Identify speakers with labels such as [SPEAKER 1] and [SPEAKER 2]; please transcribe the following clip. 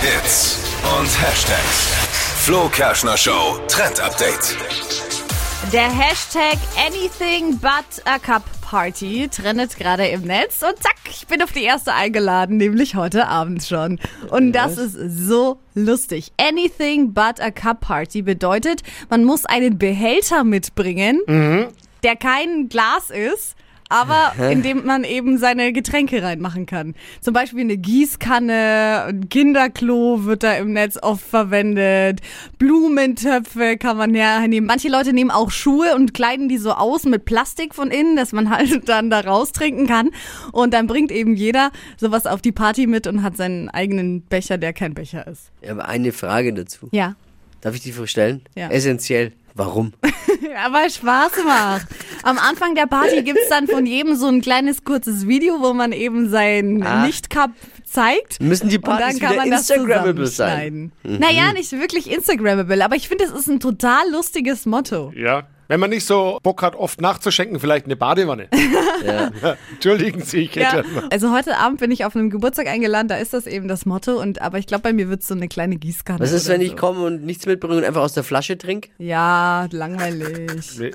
[SPEAKER 1] Hits und Hashtags. Flo Kerschner Show Trend Update.
[SPEAKER 2] Der Hashtag Anything but a Cup Party trendet gerade im Netz und zack, ich bin auf die erste eingeladen, nämlich heute Abend schon. Und das ist so lustig. Anything but a Cup Party bedeutet, man muss einen Behälter mitbringen, der kein Glas ist. Aber in dem man eben seine Getränke reinmachen kann. Zum Beispiel eine Gießkanne, ein Kinderklo wird da im Netz oft verwendet, Blumentöpfe kann man hernehmen. Manche Leute nehmen auch Schuhe und kleiden die so aus mit Plastik von innen, dass man halt dann da raustrinken kann. Und dann bringt eben jeder sowas auf die Party mit und hat seinen eigenen Becher, der kein Becher ist.
[SPEAKER 3] Ich habe eine Frage dazu.
[SPEAKER 2] Ja.
[SPEAKER 3] Darf ich die vorstellen?
[SPEAKER 2] Ja.
[SPEAKER 3] Essentiell. Warum?
[SPEAKER 2] Aber Spaß macht. Am Anfang der Party gibt's dann von jedem so ein kleines kurzes Video, wo man eben sein
[SPEAKER 3] Ah.
[SPEAKER 2] Nicht-Cup zeigt.
[SPEAKER 3] Müssen die
[SPEAKER 2] Und dann
[SPEAKER 3] Partys
[SPEAKER 2] kann
[SPEAKER 3] wieder
[SPEAKER 2] man das
[SPEAKER 3] Instagrammable sein? Mhm.
[SPEAKER 2] zusammenschneiden. Naja, nicht wirklich Instagrammable, aber ich finde, es ist ein total lustiges Motto.
[SPEAKER 4] Ja. Wenn man nicht so Bock hat, oft nachzuschenken, vielleicht eine Badewanne. Ja. Entschuldigen Sie, ich hätte.
[SPEAKER 2] Also heute Abend bin ich auf einem Geburtstag eingeladen, da ist das eben das Motto. Und aber ich glaube, bei mir wird's so eine kleine Gießkanne.
[SPEAKER 3] Was ist,
[SPEAKER 2] oder
[SPEAKER 3] wenn ich
[SPEAKER 2] so.
[SPEAKER 3] komme und nichts mitbringe und einfach aus der Flasche trinke?
[SPEAKER 2] Ja, langweilig.
[SPEAKER 4] Nee.